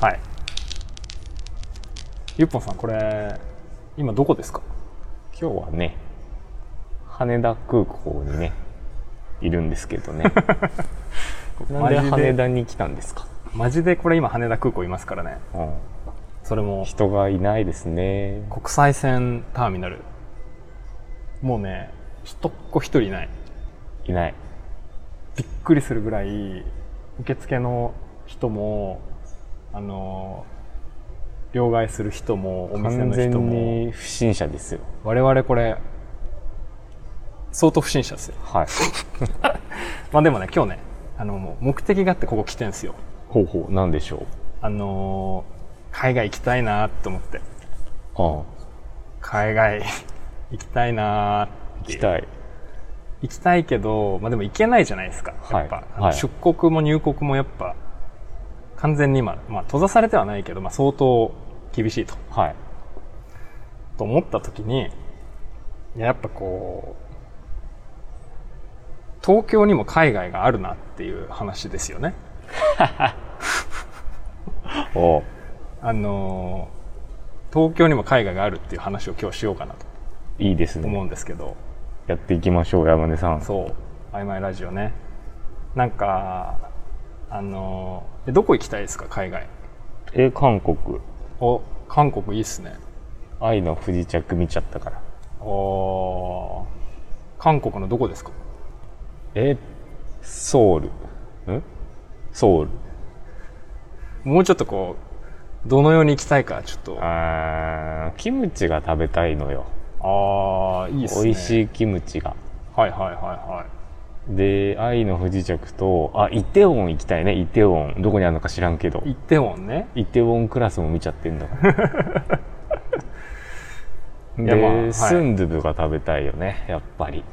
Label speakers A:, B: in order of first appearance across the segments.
A: はいゆっぽんさんこれ今どこですか
B: 今日はね羽田空港にねいるんですけどね なんで羽田に来たんですか、
A: マジでこれ今羽田空港いますからね
B: うん、
A: それも
B: 人がいないですね
A: 国際線ターミナルもうね人っ子一人いない
B: いない
A: びっくりするぐらい受付の人もあの両替する人もお店
B: 完
A: の
B: 全
A: 人も
B: に不審者ですよ
A: 我々これ相当不審者ですよ
B: はい
A: まあでもね今日ねあのもう目的があってここ来てんすよ
B: ほうほうなんでしょ
A: あの海外行きたいなと思って
B: うあ
A: 海外行きたいな
B: あ行きたい
A: 行きたいけど、まあ、でも行けないじゃないですか、
B: はい
A: やっぱ、
B: はい
A: 出国も入国もやっぱ完全に今、まあ、閉ざされてはないけど、まあ、相当厳しいと
B: はい
A: と思った時にいややっぱこう東京にも海外があるなっていう話ですよね。
B: おう
A: あのー東京にも海外があるっていう話を今日しようかなと
B: いいです
A: 思う
B: ね
A: んですけど、
B: やっていきましょう山根さん
A: そう「曖昧ラジオね」なんかあのーえどこ行きたいですか海外
B: え韓国
A: お韓国いいっすね
B: 愛の不時着見ちゃったから
A: おー韓国のどこですか
B: えソウルんソウル
A: もうちょっとこうどのように行きたいかちょっとあ
B: あーキムチが食べたいのよ、
A: あーいいっすね
B: 美味
A: い
B: しいキムチが
A: はいはいはいはい
B: で愛の不時着とあイテウォン行きたいねイテウォンどこにあるのか知らんけど
A: イテウォンね
B: イテウォンクラスも見ちゃって んだからで、
A: いやまあはい
B: スンドゥブが食べたいよねやっぱり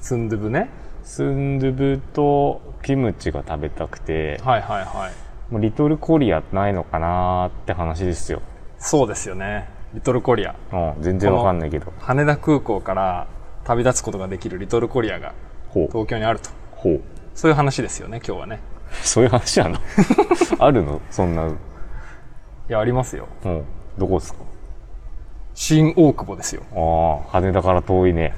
A: スンドゥブね
B: スンドゥブとキムチが食べたくて
A: はいはいはい
B: もうリトルコリアないのかなーって話ですよ、
A: そうですよねリトルコリア
B: うん、全然わかんないけど
A: 羽田空港から旅立つことができるリトルコリアが
B: ほう
A: 東京にあると
B: ほう
A: そういう話ですよね今日はね
B: そういう話なの あるのそんな、
A: いやありますよ
B: うん、どこですか
A: 新大久保ですよ
B: ああ羽田から遠いね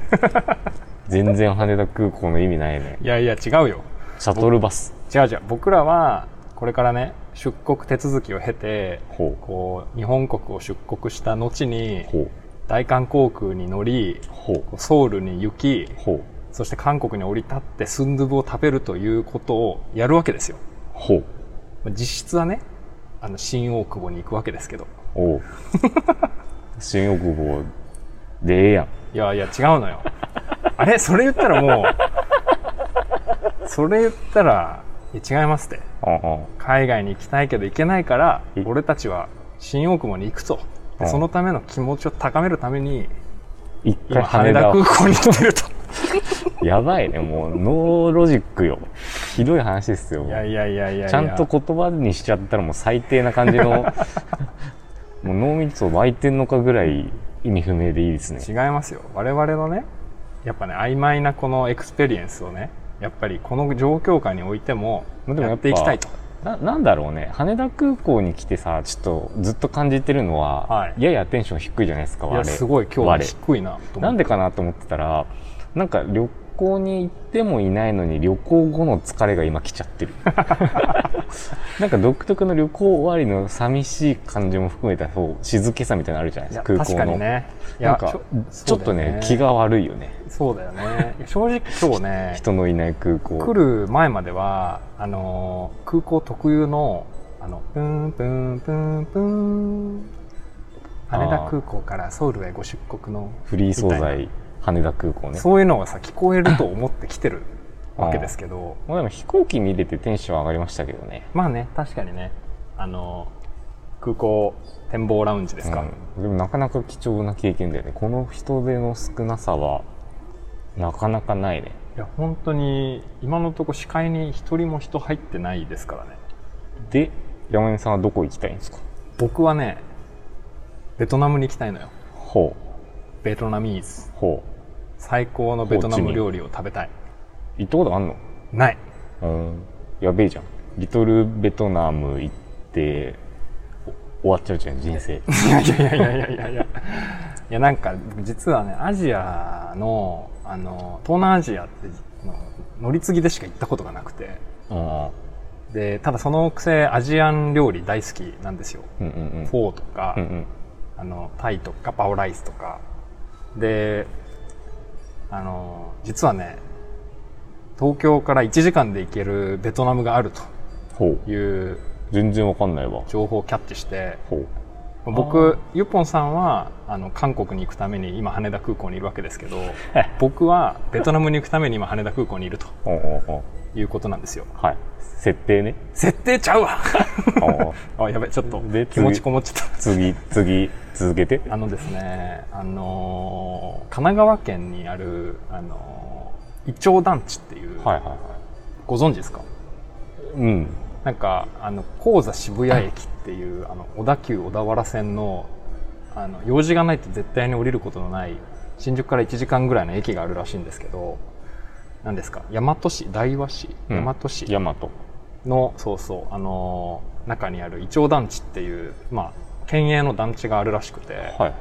B: 全然羽田空港の意味ないね
A: いやいや違うよ
B: シャトルバス
A: 違う違う僕らはこれからね出国手続きを経て
B: ほう
A: こう日本国を出国した後に
B: ほう
A: 大韓航空に乗り
B: ほう
A: こうソウルに行き
B: ほう
A: そして韓国に降り立ってスンドゥブを食べるということをやるわけですよ
B: ほう
A: まあ実質はねあの新大久保に行くわけですけど
B: おう 新大久保でええやん
A: いやいや違うのよあれそれ言ったらもうそれ言ったらいや違いますって
B: ああ
A: 海外に行きたいけど行けないから
B: え
A: 俺たちは新大久保に行くとで
B: うん
A: そのための気持ちを高めるために
B: 一
A: 今
B: 回
A: 羽
B: 羽
A: 田
B: 田
A: 空港に来てると
B: やばいねもうノーロジックよひ どい話ですよ
A: いやいやいやいやいや
B: ちゃんと言葉にしちゃったらもう最低な感じ のもう脳みそ湧いてんのかぐらい意味不明でいいですね
A: 違いますよ我々のねやっぱね曖昧なこのエクスペリエンスをねやっぱりこの状況下においても
B: まあでも
A: や
B: や
A: っ
B: ってぱ
A: いきたいと
B: ななんだろうね羽田空港に来てさちょっとずっと感じてるのは、
A: はい
B: ややテンション低いじゃないですか
A: いや
B: 我
A: すごい今
B: 我
A: 日低いなと
B: な
A: 思
B: ん
A: っ
B: でかなと思ってたらなんか旅行に行ってもいないのに旅行後の疲れが今来ち ゃってるなんか独特の旅行終わりの寂しい感じも含めたそう静けさみたいなのあるじゃない
A: ていや
B: ですか空
A: 確
B: 港
A: か
B: の、
A: にねい
B: なん
A: や
B: か
A: ちょ
B: ちょっとね気が悪いよね
A: そうだよねいや正直今日ね
B: 人のいない空港
A: 来る前まではあのー空港特有のあのプンプンプンプン
B: あー
A: 羽田空港からソウルへご出国の
B: フリー惣
A: みたい
B: 菜羽田空港ね
A: そういうのがさ聞こえると思って来てるわけですけど
B: まあでも飛行機見れてテンション上がりましたけどね
A: まあね確かにねあのー空港展望ラウンジですか、
B: うんでもなかなか貴重な経験だよねこの人手の少なさはなかなかないね
A: いや本当に今のとこ視界に一人も人入ってないですからね
B: で山根さんはどこ行きたいんですか
A: 僕はねベトナムに行きたいのよ
B: ほ
A: ベトナミーズ
B: うほ
A: 最高のベトナム料理を食べたいう
B: 行ったことあんの
A: ない
B: うんやべえじゃんリトルベトナム行って終わっちゃうじゃん人 生
A: いやいやいやいやいやいやいやなんか実はねアジアのあの東南アジアっての乗り継ぎでしか行ったことがなくて
B: あ
A: でただそのくせアジアン料理大好きなんですよ、
B: ーうんうんうん
A: フォーとか、
B: うんうん
A: あのタイとかパオライスとかであの実はね東京から1時間で行けるベトナムがある
B: ほう
A: という
B: 全然わかんないわ
A: 情報をキャッチして
B: ほう
A: 僕ユッポンさんはあの韓国に行くために今羽田空港にいるわけですけど僕はベトナムに行くために今羽田空港にいると
B: おうおうおう
A: いうことなんですよ
B: はい設定 ね
A: 設定ちゃう わ
B: おうおう
A: あやべちょっと
B: で
A: 気持ちこもっちゃっ
B: 次次続けて
A: たあのですねあのー神奈川県にあるあのーイチョウ団地っていう、
B: はいはいは
A: ご存知ですか
B: いうん
A: なんかあの高座渋谷駅っていうあの小田急小田原線のあの用事がないと絶対に降りることのない新宿から1時間ぐらいの駅があるらしいんですけど何ですか大和市大和市
B: う
A: 大
B: ん
A: 和市
B: 大和ほ
A: の、そうそうあのー中にあるイチョウ団地っていうまあ県営の団地があるらしくて、
B: いはい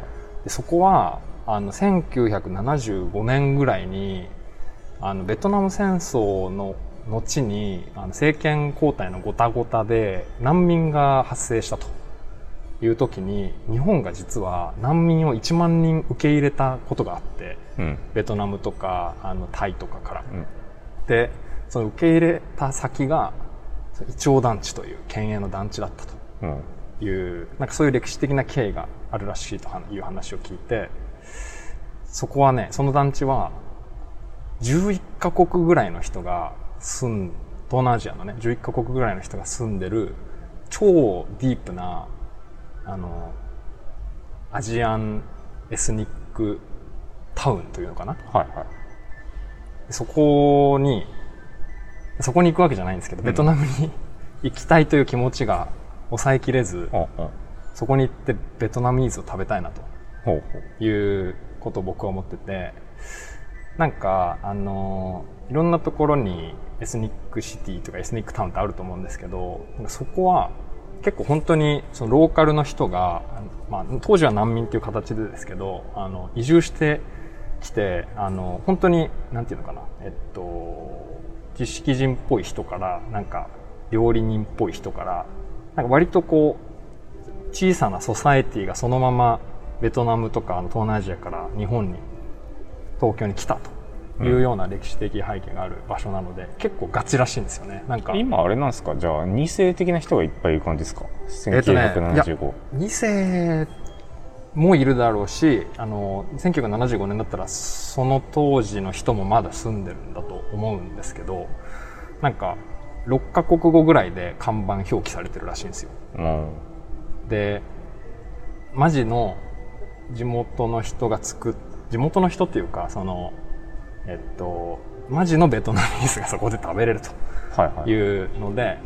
A: でそこはあの1975年ぐらいにあのベトナム戦争の後にあの政権交代のごたごたで難民が発生したという時に日本が実は難民を1万人受け入れたことがあって
B: うん
A: ベトナムとかあのタイとかから。
B: うん
A: でその受け入れた先がそのイチョウ団地という県営の団地だったと。
B: うん
A: いうなんかそういう歴史的な経緯があるらしいという話を聞いてそこはねその団地は11カ国ぐらいの人が住ん東南アジアのね11カ国ぐらいの人が住んでる超ディープなあのアジアンエスニックタウンというのかな
B: はいはい
A: そこに、そこに行くわけじゃないんですけど、ベトナムに 行きたいという気持ちが抑えきれず、
B: おうおう
A: そこに行ってベトナミーズを食べたいなと
B: ほう
A: いうことを僕は思ってて、なんか、あの、いろんなところにエスニックシティとかエスニックタウンってあると思うんですけど、なんかそこは結構本当にそのローカルの人が、あのまあ、当時は難民っていう形でですけど、あの、移住してきて、あの、本当に、なんていうのかな、えっと、知識人っぽい人から、なんか、料理人っぽい人から、なんか割とこう、小さなソサエティがそのままベトナムとかあの東南アジアから日本に東京に来たというような歴史的背景がある場所なので、結構ガチらしいんですよねなんか
B: ほう今あれなんですかじゃあ二世的な人がいっぱいいる感じですか
A: えっとね
B: 1975
A: 2世もいるだろうしあの1975年だったらその当時の人もまだ住んでるんだと思うんですけどなんか6カ国語ぐらいで看板表記されてるらしいんですよ
B: うん
A: でマジの地元の人が作っ地元の人っていうかそのえっとマジのベトナミーズが そこで食べれる
B: はいは
A: と
B: い
A: いうので、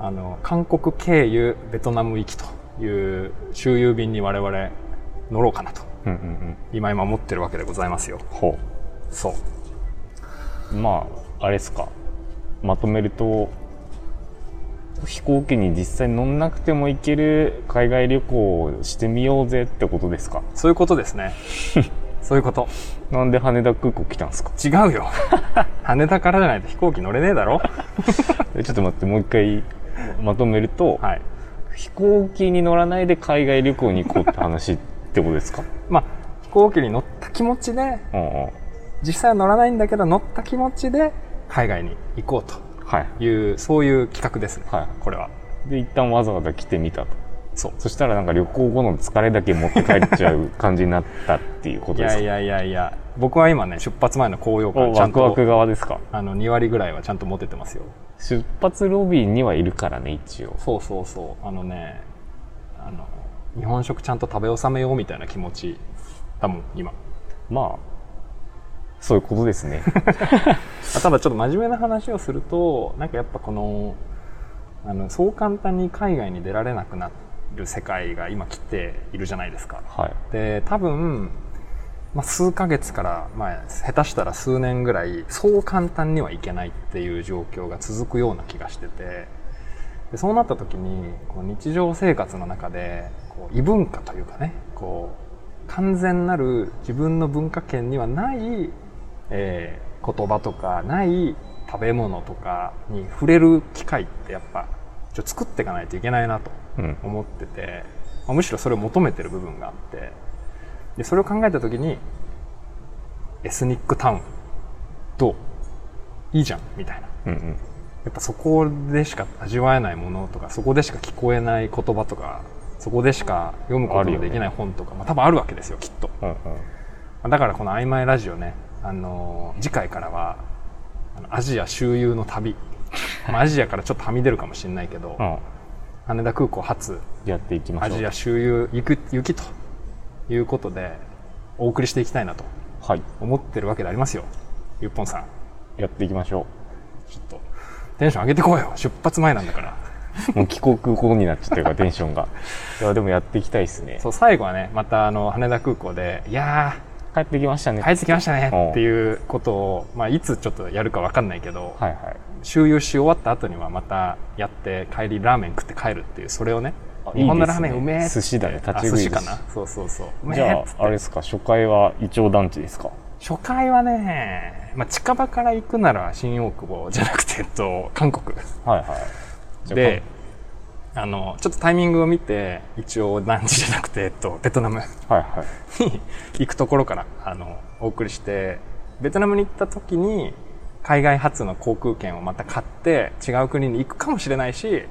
A: あの韓国経由ベトナム行きという周遊便に我々乗ろうかなと
B: うんうんうん
A: 今今持ってるわけでございますよ
B: ほ
A: そう
B: うまああれですかまとめると飛行機に実際乗んなくても行ける海外旅行をしてみようぜってことですか
A: そういうことですねそういうこと
B: なんで羽田空港来たんですか
A: 違うよ 羽田からじゃないと飛行機乗れねえだろ
B: えちょっと待ってもう一回まとめると、
A: はい
B: 飛行機に乗らないで海外旅行に行こうって話ってことですか
A: まあ飛行機に乗った気持ちで
B: うんうんはい
A: 実際は乗らないんだけど乗った気持ちで海外に行こう
B: はい
A: というそういう企画ですね、
B: は
A: これはい
B: で一旦わざわざ来てみたと
A: そう
B: そしたらなんか旅行後の疲れだけ持って帰っちゃう感じになったっていうこと
A: い
B: ですか
A: やいやいやいや僕は今ね出発前の高揚
B: お
A: 感ちゃ
B: ワ
A: ん
B: ク
A: と
B: ワク側ですか
A: あの2割ぐらいはちゃんと持ててますよ
B: 出発ロビーにはいるからね一応
A: そうそうそうあのねあの日本食ちゃんと食べ納めようみたいな気持ちだもん今
B: まあそういうことです ね
A: あただちょっと真面目な話をするとなんかやっぱこのあのそう簡単に海外に出られなくなる世界が今来ているじゃないですか
B: はい
A: で多分、まあ、数ヶ月から、まあ、下手したら数年ぐらいそう簡単にはいけないっていう状況が続くような気がしててでそうなった時にこう日常生活の中でこう異文化というかねこう完全なる自分の文化圏にはない、えー言葉とかない食べ物とかに触れる機会ってやっぱちょっと作っていかないといけないなと
B: うん
A: 思ってて、まあむしろそれを求めてる部分があってでそれを考えた時にエスニックタウンどういいじゃんみたいな
B: うん
A: やっぱそこでしか味わえないものとかそこでしか聞こえない言葉とかそこでしか読むことのできない本とか、まあ、多分あるわけですよきっと
B: うんうん
A: まあだからこの「曖昧ラジオね」あのー次回からはあのアジア周遊の旅、まあ、アジアからちょっとはみ出るかもしれないけど、
B: うん
A: 羽田空港発
B: やっていきま
A: ア
B: しょう
A: ジア周遊行く行きということでお送りしていきたいなと
B: はい
A: 思ってるわけでありますよゆっぽんさん
B: やっていきましょ
A: ちょっとテンション上げてこうよ出発前なんだから。
B: うもう帰国後になっちゃってるからテンション がいやでもやっていきたいですね
A: そう最後はねまたあの羽田空港で「いや
B: 帰ってきましたね
A: ー帰ってきましたね
B: おう」
A: っていうことを、まあ、いつちょっとやるかわかんないけど、
B: はいはい
A: 周遊し終わった後にはまたやって帰りラーメン食って帰るっていうそれをね
B: あ
A: 日本
B: いいですね
A: のラーメンうめえっつって
B: 寿司だね立ち食い
A: あ寿司
B: 寿司
A: かなそうそうそううめ
B: じ
A: え
B: ゃ
A: っつって
B: ああれですか初回はイチョウ団地ですか
A: 初回はね、まあ、近場から行くなら新大久保じゃなくて、えっと、韓国
B: はいはいじゃあ
A: であのちょっとタイミングを見て一応何時じゃなくて、えっと、ベトナム
B: はいはい
A: に行くところからあのお送りしてベトナムに行った時に海外発の航空券をまた買って違う国に行くかもしれないし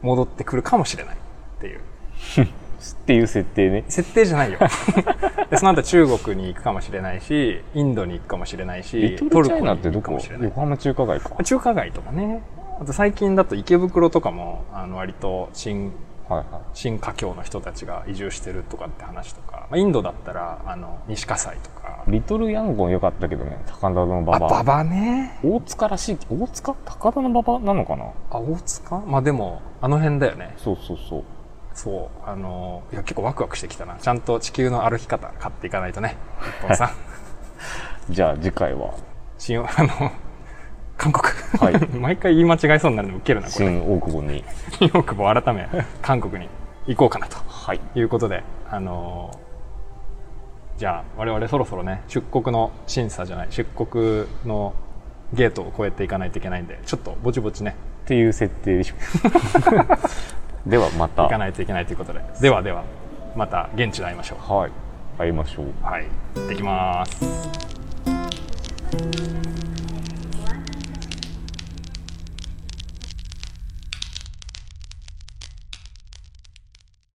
A: 戻ってくるかもしれないっていう
B: っていう設定ね
A: 設定じゃないよ でその後中国に行くかもしれないしインドに行くかもしれない
B: リ
A: し
B: ト
A: ト
B: ル
A: ルコ
B: チャイ
A: に
B: ナ
A: 行
B: ってど
A: くか
B: こ
A: もしれない
B: 横浜中華街か
A: 中華街とかねあと最近だと池袋とかもあの割と新
B: はいは
A: 新華僑の人たちが移住してるとかって話とか、まあ、インドだったらあの西葛西とか
B: いリトルヤンゴン良かったけどね高田の馬
A: あ馬
B: 場
A: 場ね
B: 大塚らしい大塚高田の馬場なのかな
A: あ大塚まあでもあの辺だよね
B: そうそうそう
A: そうあのいや結構ワクワクしてきたなちゃんと地球の歩き方買っていかない とね日本さん
B: じゃあ次回は
A: 新あの韓国、
B: はい
A: 毎回言い間違えそうになるのウケるなこれ
B: 新大久保に
A: 新大久保改め韓国に行こうかなと
B: はい
A: いうことであのじゃあ我々そろそろね出国の審査じゃない出国のゲートを越えていかないといけないんでちょっとぼちぼちね
B: っていう設定 でしょではまた
A: 行かないといけないということでではではまた現地で会いましょう
B: はい会いましょう
A: はい、行ってきます。